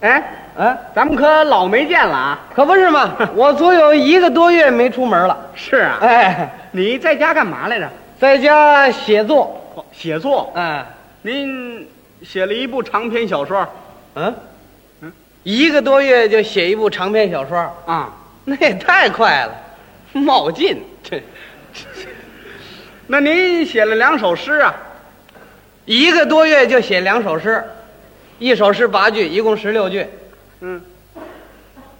哎，啊，咱们可老没见了啊！可不 是嘛，我足有一个多月没出门了。是啊，哎，你在家干嘛来着？在家写作，哦写作。哎，您写了一部长篇小说嗯，一个多月就写一部长篇小说，啊？那也太快了，冒进。这那您写了两首诗啊？一个多月就写两首诗，一首诗八句，一共十六句，嗯，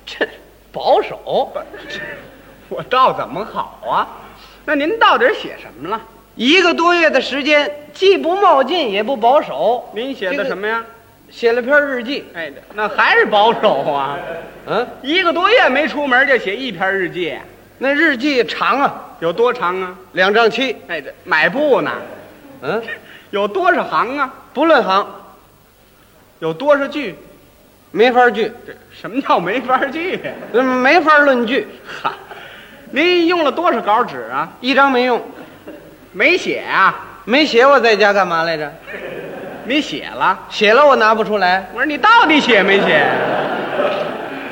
这保守。 我倒怎么好啊？那您到底写什么了？一个多月的时间，既不冒进也不保守。您写这的个什么呀？写了篇日记，哎，那还是保守啊！嗯，一个多月没出门就写一篇日记，那日记长啊，有多长啊？两丈七。哎，这买布呢？嗯，有多少行啊？不论行，有多少句？没法句，这什么叫没法句呀？嗯没法论据， 哈，您用了多少稿纸啊？一张没用。没写啊？没写我在家干嘛来着？你写了？写了我拿不出来，我说你到底写没写？啊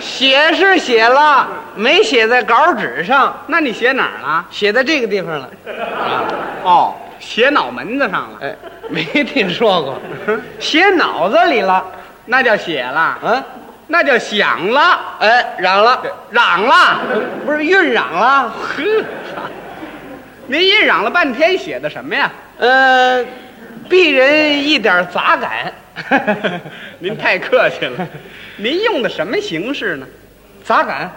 写是写了，没写在稿纸上，那你写哪儿了？写在这个地方了。哦，写脑门子上了，哎，没听说过，写脑子里了。那叫写了，嗯，那叫想了，哎，嚷了，嚷了。不是晕嚷了。呵，您一嚷了半天，写的什么呀？呃，鄙人一点杂感， 您太客气 了。您用的什么形式呢？杂感，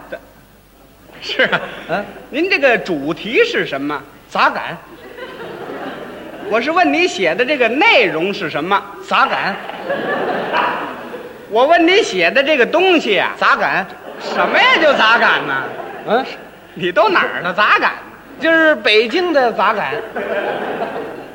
是啊，嗯，您这个主题是什么？杂感，我是问你写的这个内容是什么？杂感，我问你写的这个东西啊，杂感，什么呀？就杂感呢？嗯，你都哪儿的杂感呢？就是北京的杂感。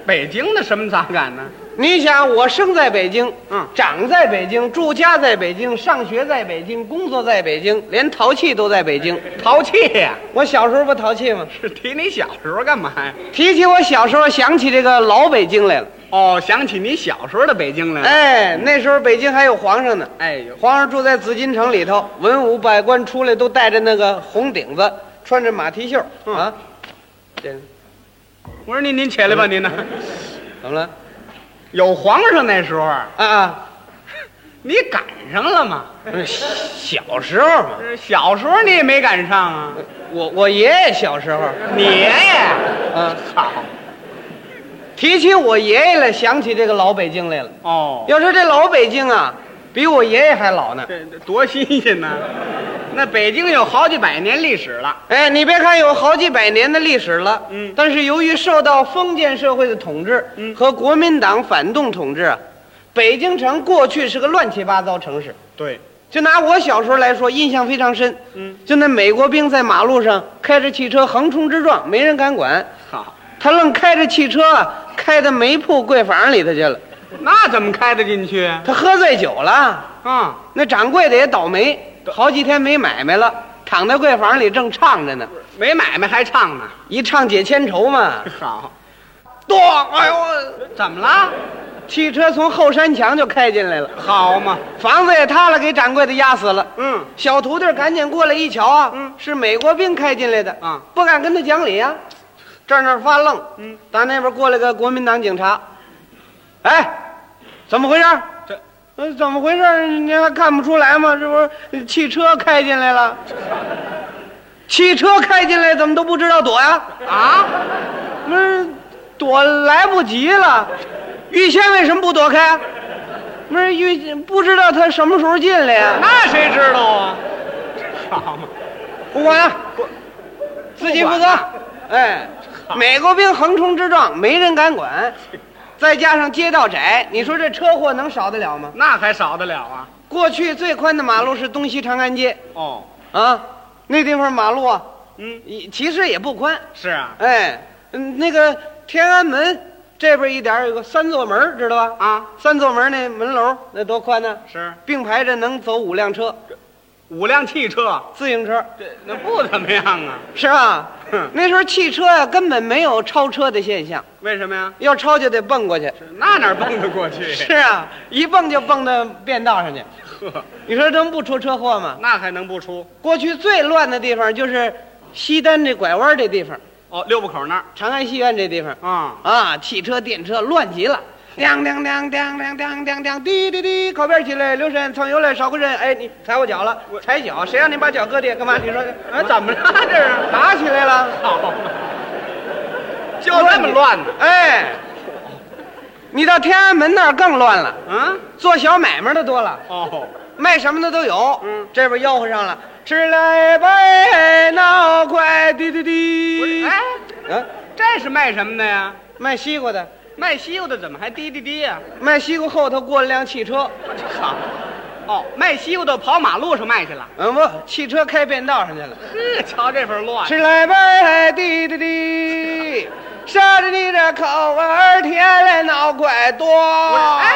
北京的什么杂感呢？你想，我生在北京，嗯长在北京，住家在北京，上学在北京，工作在北京，连淘气都在北京。淘气呀、我小时候不淘气吗？是提你小时候干嘛呀？提起我小时候，想起这个老北京来了。哦，想起你小时候的北京来了。哎，那时候北京还有皇上呢，哎呦，皇上住在紫禁城里头，文武百官出来都戴着那个红顶子，穿着马蹄袖、嗯啊。这我说您您起来吧，您呢？怎么了？有皇上那时候，啊啊，你赶上了吗？不是小时候嘛，这小时候你也没赶上啊，我我爷爷小时候，你爷爷。啊，好提起我爷爷来，想起这个老北京来了。哦，要说这老北京啊，比我爷爷还老呢。这这多新鲜呢！那北京有好几百年历史了。哎，你别看有好几百年的历史了，嗯但是由于受到封建社会的统治，嗯和国民党反动统治啊，北京城过去是个乱七八糟城市。对，就拿我小时候来说，印象非常深。嗯，就那美国兵在马路上开着汽车横冲直撞，没人敢管，好，他愣开着汽车啊开到煤铺柜房里头去了。那怎么开得进去啊？他喝醉酒了，啊，那掌柜的也倒霉，好几天没买卖了，躺在柜房里正唱着呢，没买卖还唱呢。一唱解千愁嘛，好，咚！哎呦，怎么了？汽车从后山墙就开进来了，好嘛，房子也塌了，给掌柜的压死了。嗯，小徒弟赶紧过来一瞧啊，嗯是美国兵开进来的啊，不敢跟他讲理啊，站那儿发愣。嗯，打那边过来个国民党警察，哎，怎么回事？这呃，怎么回事？你还看不出来吗？这不是汽车开进来了，汽车开进来怎么都不知道躲呀？啊，不是躲来不及了，预先为什么不躲开？不是预不知道他什么时候进来呀？那谁知道啊？好嘛，不管了，自己负责。哎，美国兵横冲直撞，没人敢 管，再加上街道窄，你说这车祸能少得了吗？那还少得了啊？过去最宽的马路是东西长安街哦，啊，那地方马路啊，嗯，也其实也不宽。是啊，哎，嗯，那个天安门这边一点儿有个三座门，知道吧？啊，三座门那门楼那多宽呢？是并排着能走五辆车，五辆汽车，自行车这那不怎么样啊？是吧哼？那时候汽车呀、根本没有超车的现象，为什么呀？要超就得蹦过去。那哪蹦得过去？是啊，一蹦就蹦到便道上去。呵，你说能不出车祸吗？那还能不出？过去最乱的地方就是西单这拐弯这地方，哦，六部口那儿长安戏院这地方啊，啊，汽车、电车乱极了。叮叮叮叮叮叮叮叮，滴滴滴，靠边起来，留神蹭油来，少个人。哎，你踩我脚了，踩脚，谁让你把脚搁地？干嘛？你说，啊哎，怎么了这是？打起来了，好嘛，就这么乱呢？哎，你到天安门那儿更乱了，啊？做小买卖的多了。哦，卖什么的都有。嗯，这边吆喝上了，吃来呗，闹快，滴滴滴。哎，嗯，这是卖什么的呀？卖西瓜的，卖西瓜的怎么还滴滴滴呀？卖西瓜后头过了辆汽车，好，哦，卖西瓜的跑马路上卖去了。嗯不，汽车开便道上去了。呵，瞧这份乱，吃来呗，滴滴滴。杀着你的口儿甜来脑快多，哎，啊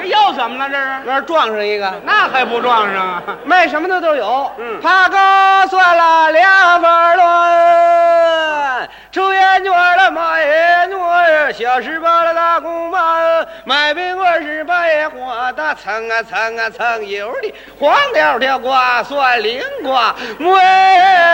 这又怎么了？这是？那儿撞上一个，那还不撞上啊？卖什么的都有，嗯爬高算了两分论，抽烟卷了买烟卷，小十八了大公八，买冰棍是白花的，蹭啊蹭啊蹭油的，黄条条瓜算灵瓜，没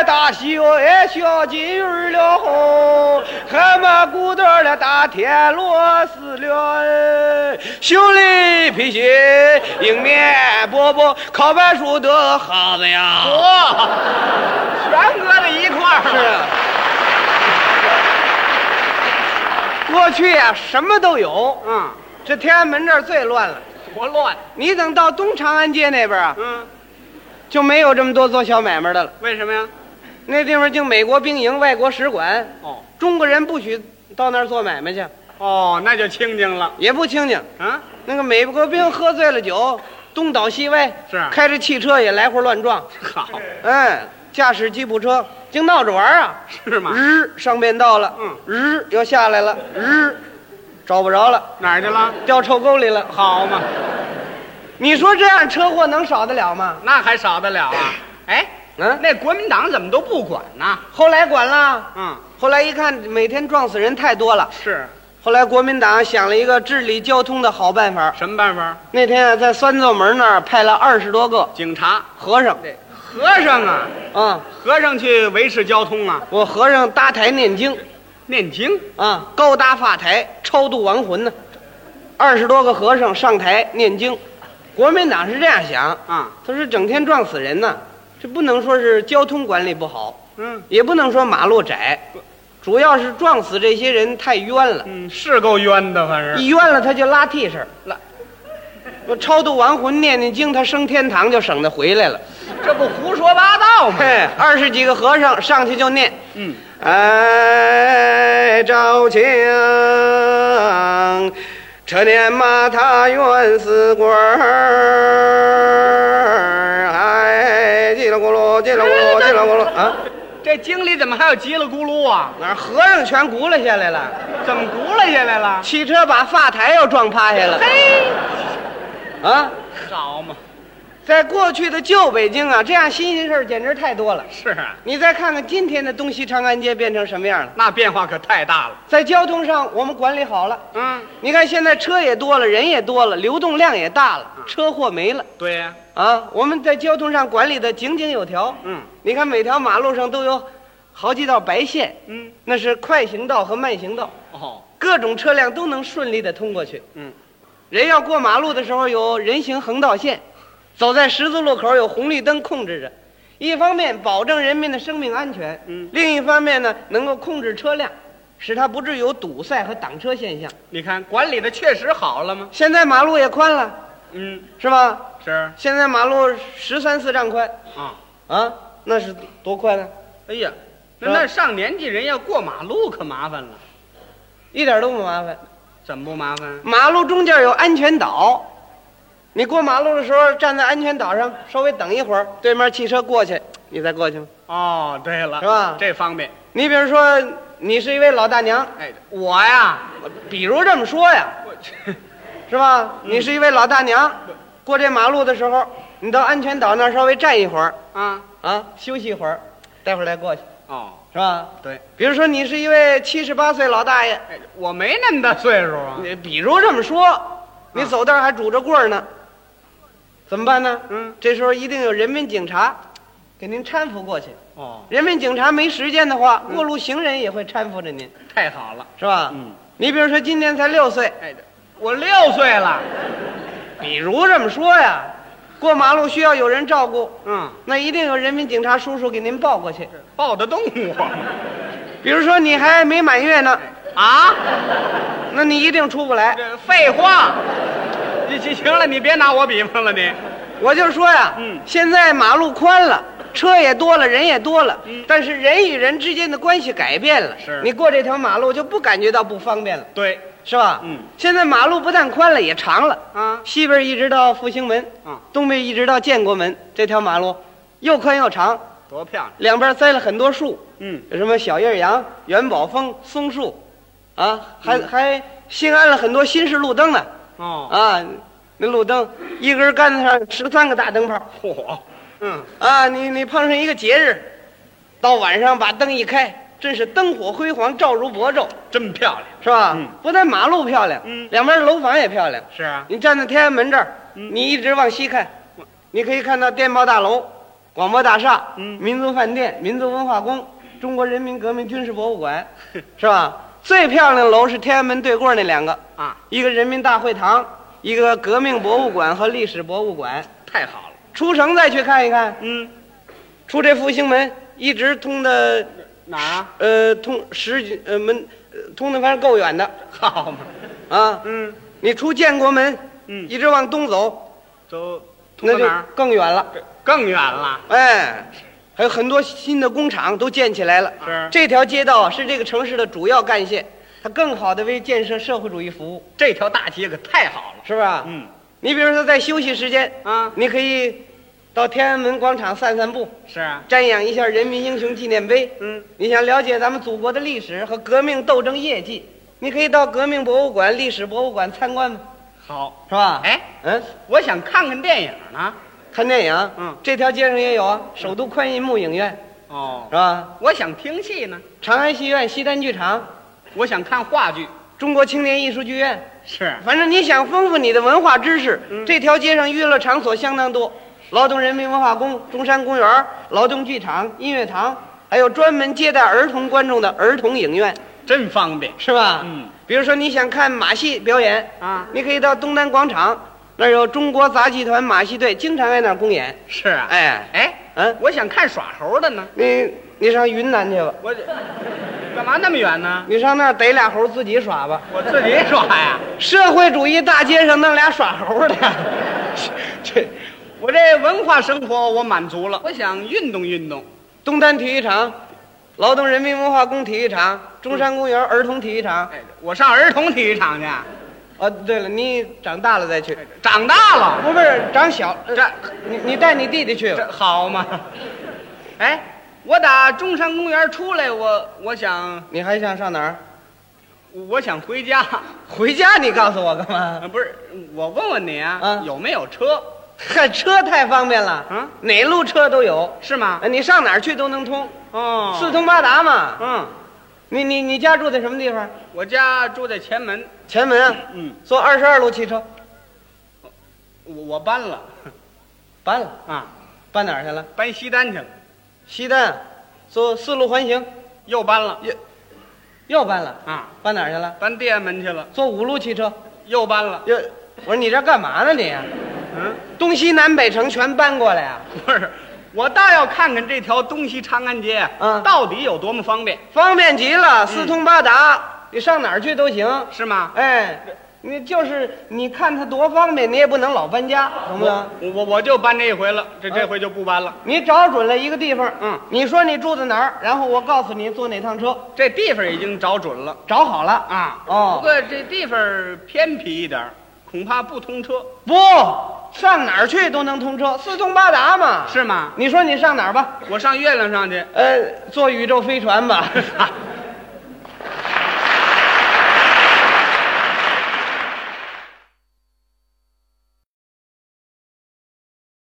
大西瓜也小金鱼了吼，还把骨头了大铁螺丝了，修理皮鞋迎面饽饽，烤白薯的好子呀。哇，全搁在一块儿是了。啊，过去呀、什么都有，嗯，这天安门这儿最乱了。多乱。你等到东长安街那边啊，嗯，就没有这么多做小买卖的了。为什么呀？那地方经美国兵营、外国使馆，哦中国人不许到那儿做买卖去，哦，那就清静了。也不清静。啊，那个美国兵喝醉了酒，东倒西歪，是啊开着汽车也来回乱撞。好，嗯，驾驶吉普车，净闹着玩儿啊。是吗？日上便道了，嗯日又下来了，日找不着了，哪儿去了？掉臭沟里了。好嘛，你说这样车祸能少得了吗？那还少得了啊？哎，嗯，那国民党怎么都不管呢？后来管了，嗯，后来一看每天撞死人太多了，是后来国民党想了一个治理交通的好办法。什么办法？那天啊，在酸枣门那儿派了二十多个警察，和尚，和尚啊，啊，和尚去维持交通啊，我和尚搭台念经，念经。啊，高搭法台，超度亡魂呢。二十多个和尚上台念经，国民党是这样想，啊，他说整天撞死人呢，这不能说是交通管理不好，嗯也不能说马路窄，主要是撞死这些人太冤了，嗯，是够冤的，反正一冤了他就拉替身儿拉。我超度亡魂念念经，他升天堂就省得回来了。这不胡说八道吗？嘿，二十几个和尚上去就念，嗯，哎，赵青，车年马他冤死官儿，哎，叽里咕噜，叽里咕噜，叽里咕噜啊！这经里怎么还有叽里咕噜啊？哪儿和尚全轱辘下来了？怎么轱辘下来了？汽车把发台又撞趴下了嘿，啊！好嘛，在过去的旧北京啊，这样新鲜事儿简直太多了。是啊，你再看看今天的东西长安街变成什么样了？那变化可太大了。在交通上，我们管理好了。嗯，你看现在车也多了，人也多了，流动量也大了，车祸没了对呀、啊！我们在交通上管理的井井有条。嗯你看每条马路上都有好几道白线，嗯，那是快行道和慢行道，哦，各种车辆都能顺利的通过去。嗯，人要过马路的时候有人行横道线，走在十字路口有红绿灯控制着。一方面保证人民的生命安全，嗯另一方面呢能够控制车辆，使它不至有堵塞和挡车现象。你看管理的确实好了吗？现在马路也宽了，嗯，是吧？是啊、现在马路十三四丈宽啊，那是多宽呢？哎呀，那是吧那上年纪人要过马路可麻烦了，一点都不麻烦。怎么不麻烦？马路中间有安全岛，你过马路的时候站在安全岛上，稍微等一会儿，对面汽车过去，你再过去吗？哦，对了，是吧这方便。你比如说，你是一位老大娘，哎，我呀，比如这么说呀，我 去，是吧？你是一位老大娘，过这马路的时候，你到安全岛那儿稍微站一会儿啊，啊，休息一会儿，待会儿再过去，哦，是吧？对，比如说你是一位七十八岁老大爷，哎，我没那么大岁数啊。你比如这么说，你走道还拄着棍儿呢，怎么办呢？嗯，这时候一定有人民警察给您搀扶过去。哦，人民警察没时间的话，过路行人也会搀扶着您，太好了。是吧？嗯，你比如说今年才六岁，哎，我六岁了。比如这么说呀，过马路需要有人照顾，嗯，那一定有人民警察叔叔给您抱过去。抱得动我比如说你还没满月呢，啊？那你一定出不来。这废话。你行行了，你别拿我比方了，你我就说呀，嗯现在马路宽了，车也多了，人也多了，嗯但是人与人之间的关系改变了，是你过这条马路就不感觉到不方便了，对是吧？嗯，现在马路不但宽了，也长了，啊，西边一直到复兴门，嗯，东边一直到建国门，这条马路又宽又长，多漂亮。两边栽了很多树，嗯，有什么小叶杨、元宝枫、松树，啊，还、嗯还新安了很多新式路灯呢，哦，啊，那路灯一根杆子上十三个大灯泡。嚯，嗯，啊，你你碰上一个节日，到晚上把灯一开，真是灯火辉煌，照如薄昼，真漂亮。是吧？嗯不但马路漂亮，嗯两边楼房也漂亮。是啊，你站在天安门这儿，嗯你一直往西看，你可以看到电报大楼、广播大厦、嗯民族饭店、民族文化宫、中国人民革命军事博 物馆，是吧？最漂亮的楼是天安门对过那两个，啊，一个人民大会堂，一个革命博物馆和历史博物馆。太好了。出城再去看一看，嗯，出这复兴门一直通的，哪儿啊？呃，通十几呃门，呃通的反正够远的好嘛。啊。嗯你出建国门，嗯，一直往东走，走，通那到就哪儿？更远了。更远了。哎，还有很多新的工厂都建起来了。是这条街道啊是这个城市的主要干线，它更好的为建设社会主义服务，这条大街可太好了。是不是啊？嗯你比如说在休息时间，啊，你可以到天安门广场散散步，是啊。瞻仰一下人民英雄纪念碑。嗯，你想了解咱们祖国的历史和革命斗争业绩，你可以到革命博物馆、历史博物馆参观嘛，好。是吧？，哎，嗯，我想看看电影呢。看电影，嗯这条街上也有啊，首都宽银幕影院哦是，吧？我想听戏呢，长安戏院、西单剧场、我想看话剧。中国青年艺术剧院，是反正你想丰富你的文化知识，嗯这条街上娱乐场所相当多，劳动人民文化宫、中山公园、劳动剧场、音乐堂，还有专门接待儿童观众的儿童影院，真方便是吧？嗯，比如说你想看马戏表演。啊！你可以到东单广场，那儿有中国杂技团马戏队，经常在那儿公演。是啊，哎，哎，嗯，我想看耍猴的呢。你你上云南去吧，我这干嘛那么远呢？哎你上那儿逮俩猴自己耍吧。我自己耍呀。社会主义大街上弄俩耍猴的，这，我这文化生活我满足了，我想运动运动。东单体育场、劳动人民文化宫体育场、中山公园儿童体育场。哎，我上儿童体育场去。哦，对了，你长大了再去，哎长大了，不是长小，呃这你你带你弟弟去吧。这好嘛？ 哎，我打中山公园出来，我我想你还想上哪儿？我想回家。回家？你告诉我干嘛？啊啊不是，我问问你啊啊，有没有车？嗨，车太方便了，嗯哪路车都有。啊是吗？你上哪儿去都能通，哦，四。通八达嘛。嗯，你你你家住在什么地方？我家住在前门。前门啊，嗯，坐二十二路汽车，我我搬了搬了，啊，搬哪儿去了？搬西单去了，西单啊，坐四路环形，又搬了又搬了，啊，搬哪儿去了？搬地安门去了，坐五路汽车，又搬了。又，我说你这干嘛呢你？啊嗯，东西南北城全搬过来啊？不是，我倒要看看这条东西长安街啊嗯到底有多么方便，方便极了，四通八达，你上哪儿去都行。是吗？哎，你就是你看它多方便，你也不能老搬家，懂不懂？我我我就搬这一回了，这这回就不搬了。你找准了一个地方，嗯，你说你住在哪儿，然后我告诉你坐哪趟车，这地方已经找准了找好了。啊。不哦，过这地方偏僻一点儿，恐怕不通车，不，上哪儿去都能通车，四通八达嘛。是吗？你说你上哪儿吧？我上月亮上去。 呃，坐宇宙飞船吧。